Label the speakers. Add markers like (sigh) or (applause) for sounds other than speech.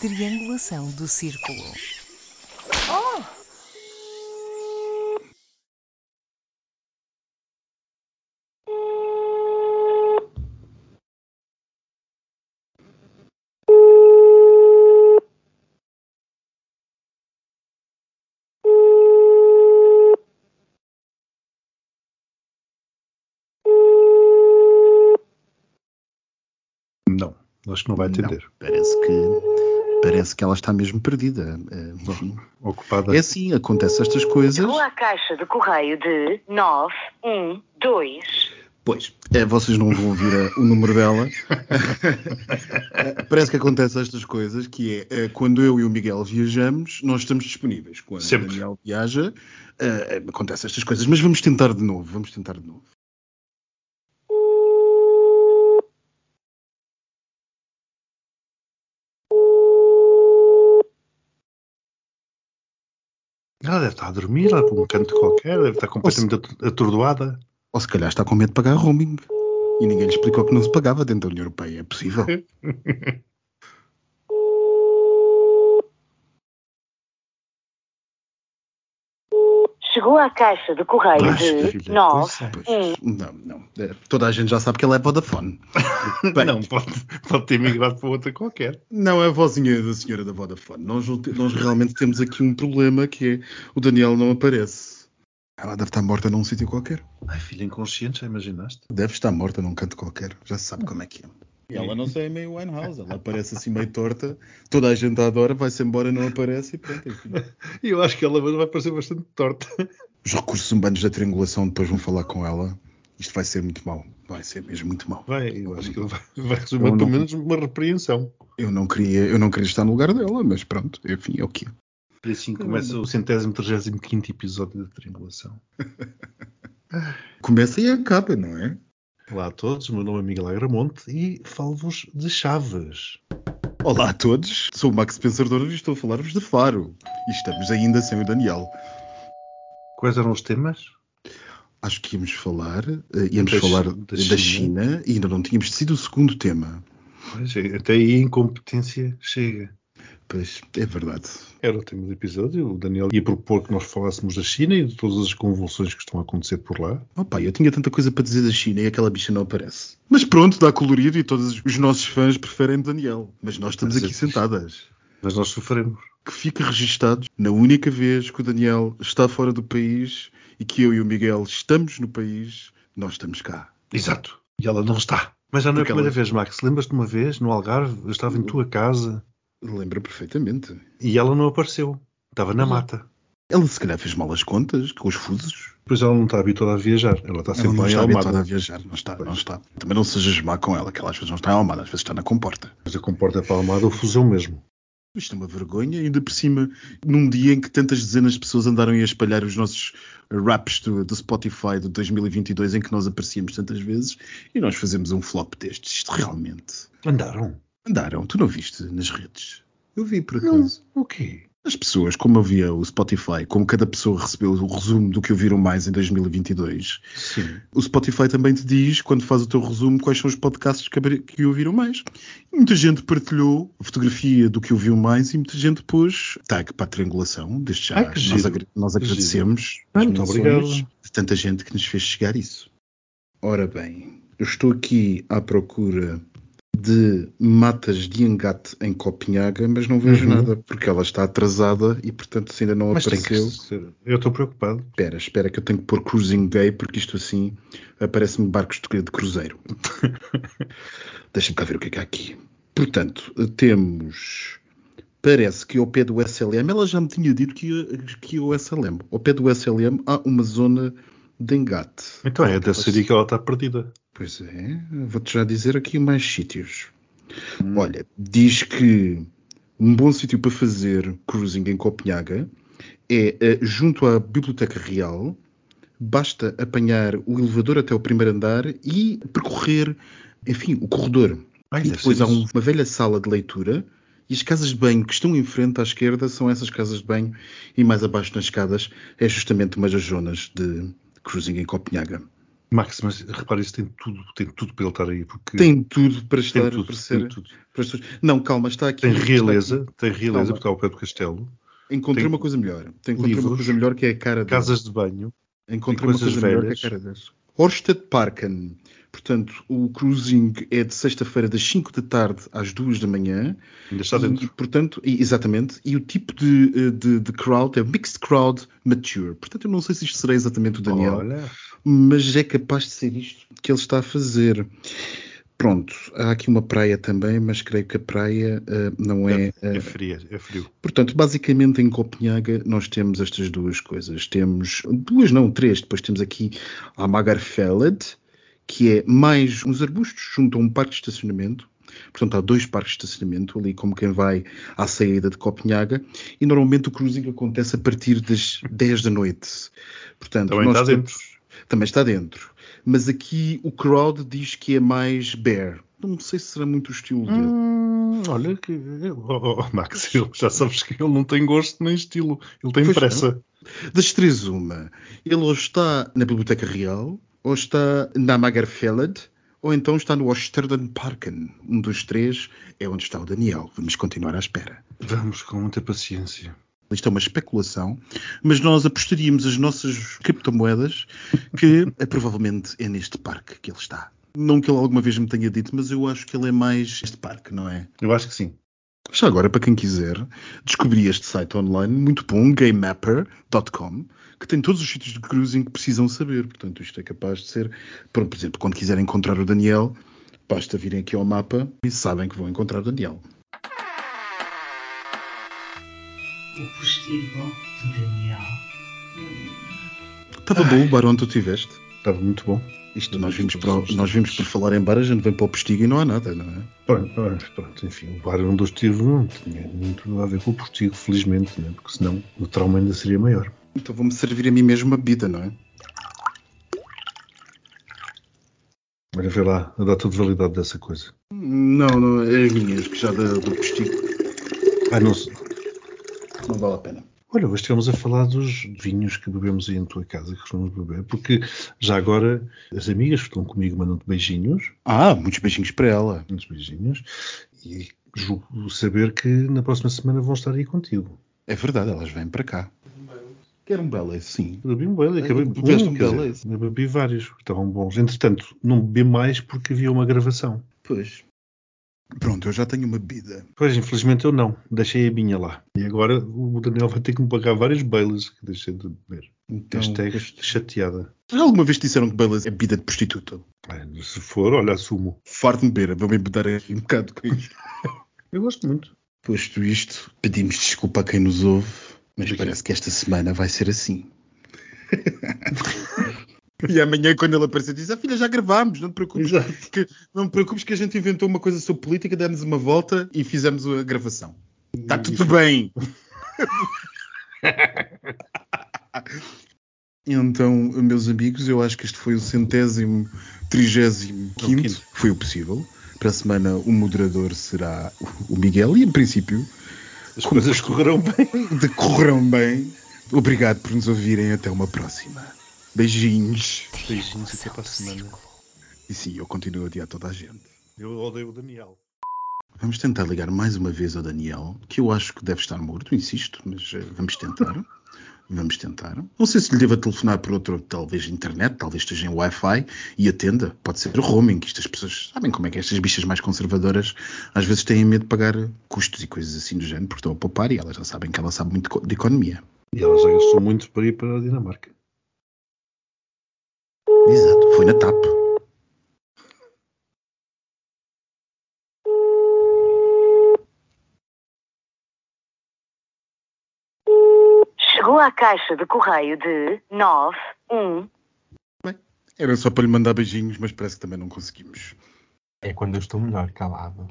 Speaker 1: triangulação do círculo.
Speaker 2: Não, acho que não vai
Speaker 3: Não,
Speaker 2: atender.
Speaker 3: Parece que parece que ela está mesmo perdida. Eh, enfim.
Speaker 2: Ocupada.
Speaker 3: É assim, acontece estas coisas.
Speaker 4: Rua à caixa de correio de 912.
Speaker 3: Pois, eh, vocês não vão ouvir eh, o número dela. Eh, (laughs) parece que acontece estas coisas, que é eh, quando eu e o Miguel viajamos, nós estamos disponíveis. Quando
Speaker 2: Sempre.
Speaker 3: o Daniel viaja, eh, acontece estas coisas. Mas vamos tentar de novo, vamos tentar de novo.
Speaker 2: Ela deve estar a dormir lá por um canto qualquer, deve estar completamente atu- atordoada.
Speaker 3: Ou se calhar está com medo de pagar roaming. E ninguém lhe explicou que não se pagava dentro da União Europeia. É possível.
Speaker 4: Chegou à caixa de correio
Speaker 2: Mas,
Speaker 4: de
Speaker 2: filha,
Speaker 4: 9.
Speaker 2: pois é.
Speaker 4: Hum.
Speaker 3: Pois, não, não. Eh, Toda a gente já sabe que ela é Vodafone. Bem,
Speaker 2: Não, pode, pode ter migrado para outra qualquer.
Speaker 3: Não é a vozinha da senhora da Vodafone. Nós, não te- nós realmente temos aqui um problema que é o Daniel não aparece. Ela deve estar morta num sítio qualquer.
Speaker 2: Ai, filha inconsciente, já imaginaste?
Speaker 3: Deve estar morta num canto qualquer. Já se sabe como é que é. E ela não sei, é meio Winehouse. Ela aparece assim meio torta. Toda a gente a adora, vai-se embora, não aparece e pronto. enfim.
Speaker 2: E eu acho que ela vai parecer bastante torta.
Speaker 3: Os recursos humanos da triangulação depois vão falar com ela. Isto vai ser muito mau. Vai ser mesmo muito mau.
Speaker 2: Vai, eu acho que ele vai, vai
Speaker 3: Eu
Speaker 2: resumir
Speaker 3: não-
Speaker 2: pelo menos uma repreensão.
Speaker 3: Eu não queria, eu não queria estar no lugar dela, mas pronto. Enfim, é o que é.
Speaker 2: E assim começa o centésimo, trigésimo quinto episódio da triangulação.
Speaker 3: Começa e acaba, não é?
Speaker 2: Olá a todos, o meu nome é Miguel Agramonte e falo-vos de Chaves.
Speaker 3: Olá a todos, sou o Max Pensador e estou a falar-vos de Faro. E estamos ainda sem o Daniel.
Speaker 2: Quais eram os temas?
Speaker 3: Acho que íamos falar, eh, íamos
Speaker 2: Da Chi-
Speaker 3: falar
Speaker 2: da
Speaker 3: da
Speaker 2: China.
Speaker 3: China. e ainda não tínhamos decidido o segundo tema.
Speaker 2: Pois, é, até aí a incompetência chega.
Speaker 3: Pois, é verdade.
Speaker 2: Era o tema do episódio, o Daniel ia propor que nós falássemos da China e de todas as convulsões que estão a acontecer por lá.
Speaker 3: Opa, eu tinha tanta coisa para dizer da China e aquela bicha não aparece. Mas pronto, dá colorido e todos os nossos fãs preferem Daniel. Mas nós estamos
Speaker 2: Mas
Speaker 3: aqui
Speaker 2: é-
Speaker 3: sentadas.
Speaker 2: Mas nós sofremos.
Speaker 3: que fique registado na única vez que o Daniel está fora do país e que eu e o Miguel estamos no país, nós estamos cá.
Speaker 2: Exato. E ela não está. Mas já não é a
Speaker 3: Porque
Speaker 2: primeira
Speaker 3: ela-
Speaker 2: vez, Max. Lembras-te uma vez, no Algarve, eu estava em tua casa
Speaker 3: Lembra perfeitamente.
Speaker 2: e ela não apareceu. Estava na mata.
Speaker 3: Ela se calhar fez mal as contas com os fusos.
Speaker 2: Pois ela não está habituada a viajar. Ela está
Speaker 3: Ela
Speaker 2: sempre
Speaker 3: não
Speaker 2: em
Speaker 3: está habituada a
Speaker 2: Almada.
Speaker 3: viajar, não está, não
Speaker 2: Pois.
Speaker 3: está. Também não sejas má com ela, que ela às vezes não está em Almada, às vezes está na comporta.
Speaker 2: Mas eu comporta para a Almada o fusão mesmo.
Speaker 3: Isto é uma vergonha, ainda por cima, num dia em que tantas dezenas de pessoas andaram a espalhar os nossos raps do, do Spotify de 2022, em que nós aparecíamos tantas vezes, e nós fazemos um flop destes. Isto realmente.
Speaker 2: Andaram.
Speaker 3: Andaram, tu não viste nas redes? Eu vi por
Speaker 2: Não.
Speaker 3: acaso.
Speaker 2: O quê?
Speaker 3: As pessoas, como eu via o Spotify, como cada pessoa recebeu o resumo do que ouviram mais em 2022,
Speaker 2: Sim.
Speaker 3: o Spotify também te diz, quando faz o teu resumo, quais são os podcasts que, abri- que ouviram mais. E muita gente partilhou a fotografia do que ouviu mais e muita gente pôs tag para a triangulação, desde já.
Speaker 2: Ai, que
Speaker 3: nós,
Speaker 2: giro.
Speaker 3: agra- nós
Speaker 2: Que giro.
Speaker 3: agradecemos
Speaker 2: Ah,
Speaker 3: as
Speaker 2: muito
Speaker 3: menções
Speaker 2: obrigado.
Speaker 3: de tanta gente que nos fez chegar isso. Ora bem, eu estou aqui à procura de matas de engate em Copenhaga, mas não vejo
Speaker 2: Uhum.
Speaker 3: nada, porque ela está atrasada e, portanto, se ainda não
Speaker 2: Mas tem que
Speaker 3: apareceu...
Speaker 2: ser. Eu estou preocupado.
Speaker 3: Espera, espera que eu tenho que pôr Cruising Day porque isto assim aparece-me barcos de, de cruzeiro. Deixa-me cá ver o que é que há aqui. Portanto, temos. Parece que ao pé do SLM, ela já me tinha dito que ia, que ia ao SLM. Ao pé do SLM há uma zona de engate.
Speaker 2: Então é, deve ser aí que ela está perdida.
Speaker 3: Pois é, vou-te já dizer aqui mais sítios.
Speaker 2: Hum.
Speaker 3: Olha, diz que um bom sítio para fazer cruising em Copenhaga é eh, junto à Biblioteca Real. Basta apanhar o elevador até o primeiro andar e percorrer, enfim, o corredor.
Speaker 2: Ai,
Speaker 3: e
Speaker 2: deve
Speaker 3: depois
Speaker 2: ser
Speaker 3: há um-
Speaker 2: isso.
Speaker 3: uma velha sala de leitura e as casas de banho que estão em frente à esquerda são essas casas de banho e mais abaixo nas escadas é justamente uma das zonas de cruising em Copenhaga.
Speaker 2: Max, mas repara, isso tem tudo, tem tudo para ele estar aí. Porque
Speaker 3: Tem tudo para estar,
Speaker 2: tudo,
Speaker 3: para ser.
Speaker 2: tem tudo.
Speaker 3: para as pessoas- Não, calma, está aqui.
Speaker 2: Tem
Speaker 3: está
Speaker 2: realeza, tem realeza,
Speaker 3: Calma.
Speaker 2: porque está ao pé do castelo,
Speaker 3: aqui. Encontrei
Speaker 2: tem
Speaker 3: uma coisa melhor. Tem- Encontrei uma
Speaker 2: livros,
Speaker 3: coisa melhor que é a cara dele.
Speaker 2: casas de banho.
Speaker 3: Encontrei
Speaker 2: e
Speaker 3: uma
Speaker 2: coisas
Speaker 3: coisa melhor que a
Speaker 2: velhas.
Speaker 3: cara dele. Orsted Parken. Portanto, o cruising é de sexta-feira das 5 da tarde às 2 da manhã.
Speaker 2: Ainda está
Speaker 3: E,
Speaker 2: dentro.
Speaker 3: portanto, e- exatamente. E o tipo de, eh, de, de crowd é mixed crowd mature. Portanto, eu não sei se isto será exatamente o Daniel,
Speaker 2: Olha,
Speaker 3: mas é capaz de ser isto que ele está a fazer. Pronto, há aqui uma praia também, mas creio que a praia eh, não é. eh,
Speaker 2: é frio, é frio.
Speaker 3: Portanto, basicamente em Copenhaga nós temos estas duas coisas. Temos duas, não, três. Depois temos aqui a Magarfellet, que é mais uns arbustos junto a um parque de estacionamento. Portanto, há dois parques de estacionamento ali, como quem vai à saída de Copenhaga. E normalmente o cruising acontece a partir das 10 da noite. Portanto,
Speaker 2: Também
Speaker 3: nós
Speaker 2: está
Speaker 3: temos-
Speaker 2: dentro.
Speaker 3: também está dentro. Mas aqui o crowd diz que é mais bear. Não sei se será muito o estilo dele.
Speaker 2: Hum, olha, que, oh, oh, Max, ele- já sabes que ele não tem gosto nem estilo. Ele tem
Speaker 3: Pois
Speaker 2: pressa.
Speaker 3: Das três, uma. Ele ou está na Biblioteca Real, ou está na Magerfeld, ou então está no Osterden Parken. Um dos três é onde está o Daniel. Vamos continuar à espera.
Speaker 2: Vamos com muita paciência.
Speaker 3: Isto é uma especulação, mas nós apostaríamos as nossas criptomoedas que (laughs) eh, provavelmente é neste parque que ele está. Não que ele alguma vez me tenha dito, mas eu acho que ele é mais este parque, não é?
Speaker 2: Eu acho que sim.
Speaker 3: Já agora, para quem quiser, descobri este site online muito bom, gamemapper.com, que tem todos os sítios de cruising que precisam saber. Portanto, isto é capaz de ser, por por exemplo, quando quiserem encontrar o Daniel, basta virem aqui ao mapa e sabem que vão encontrar o Daniel.
Speaker 5: O postigo de Daniel.
Speaker 3: Estava bom o bar onde tu estiveste?
Speaker 2: Estava muito bom.
Speaker 3: Isto nós vimos, para, o- nós vimos por falar em bar, a gente vem para o postigo e não há nada, não é?
Speaker 2: Pronto, pronto, pronto, enfim, o bar onde eu estive não tinha muito a ver com o postigo, felizmente, né? porque senão o trauma ainda seria maior.
Speaker 3: Então vou-me servir a mim mesmo uma bebida, não é?
Speaker 2: Olha, vê lá a data de validade dessa coisa.
Speaker 3: Não, não, é as minhas, que já da- do postigo.
Speaker 2: Ah, não sei.
Speaker 3: Não vale a pena.
Speaker 2: Olha, hoje estivemos a falar dos vinhos que bebemos aí em tua casa, que costumamos beber, porque já agora as amigas que estão comigo mandam-te beijinhos,
Speaker 3: Ah, muitos beijinhos para ela.
Speaker 2: muitos beijinhos, e julgo saber que na próxima semana vão estar aí contigo.
Speaker 3: É verdade, elas vêm para cá. Quero um belo, sim.
Speaker 2: Eu bebi um belo, acabei de
Speaker 3: Bebeste um belo, é isso?
Speaker 2: Eu bebi vários, que estavam bons. Entretanto, não bebi mais porque havia uma gravação.
Speaker 3: Pois. Pronto, eu já tenho uma bebida.
Speaker 2: Pois, infelizmente eu não. Deixei a minha lá. E agora o Daniel vai ter que me pagar várias bailas que deixei de beber.
Speaker 3: Então,
Speaker 2: Hashtag chateada.
Speaker 3: Já alguma vez disseram que Baileys é bebida de prostituta?
Speaker 2: Ah, Se for, olha, assumo.
Speaker 3: Farto de beber, vou-me embedar aqui um bocado com isto.
Speaker 2: Eu gosto muito.
Speaker 3: Posto isto, pedimos desculpa a quem nos ouve, mas
Speaker 2: De quê?
Speaker 3: parece que esta semana vai ser assim. (laughs) E amanhã, quando ele aparecer, diz: Ah, filha, já gravámos, não te preocupes. Que, não te preocupes que a gente inventou uma coisa sobre política, demos uma volta e fizemos a gravação. Está Tá tudo bem. (laughs) então, meus amigos, eu acho que este foi o centésimo, trigésimo
Speaker 2: quinto.
Speaker 3: quinto. Foi É o possível. Para a semana, o moderador será o Miguel e, em princípio,
Speaker 2: As coisas correrão bem.
Speaker 3: decorrerão bem. Obrigado por nos ouvirem. Até uma próxima. Beijinhos.
Speaker 2: Beijinhos até
Speaker 1: Triangulação
Speaker 2: para a
Speaker 1: do
Speaker 2: semana.
Speaker 1: círculo.
Speaker 3: E sim, eu continuo a odiar toda a gente.
Speaker 2: Eu odeio o Daniel.
Speaker 3: Vamos tentar ligar mais uma vez ao Daniel, que eu acho que deve estar morto, insisto, mas eh, vamos tentar. Vamos tentar. Não sei se lhe deva telefonar por outro, talvez internet, talvez esteja em Wi-Fi e atenda. Pode ser roaming, que estas pessoas sabem como é que é. estas bichas mais conservadoras às vezes têm medo de pagar custos e coisas assim do género, porque estão a poupar e elas já sabem que ela sabe muito co- de economia.
Speaker 2: E ela já gastou muito para ir para a Dinamarca.
Speaker 3: Exato, foi na TAP.
Speaker 4: Chegou à caixa de correio de 91.
Speaker 3: Era só para lhe mandar beijinhos, mas parece que também não conseguimos.
Speaker 6: É quando eu estou melhor calado.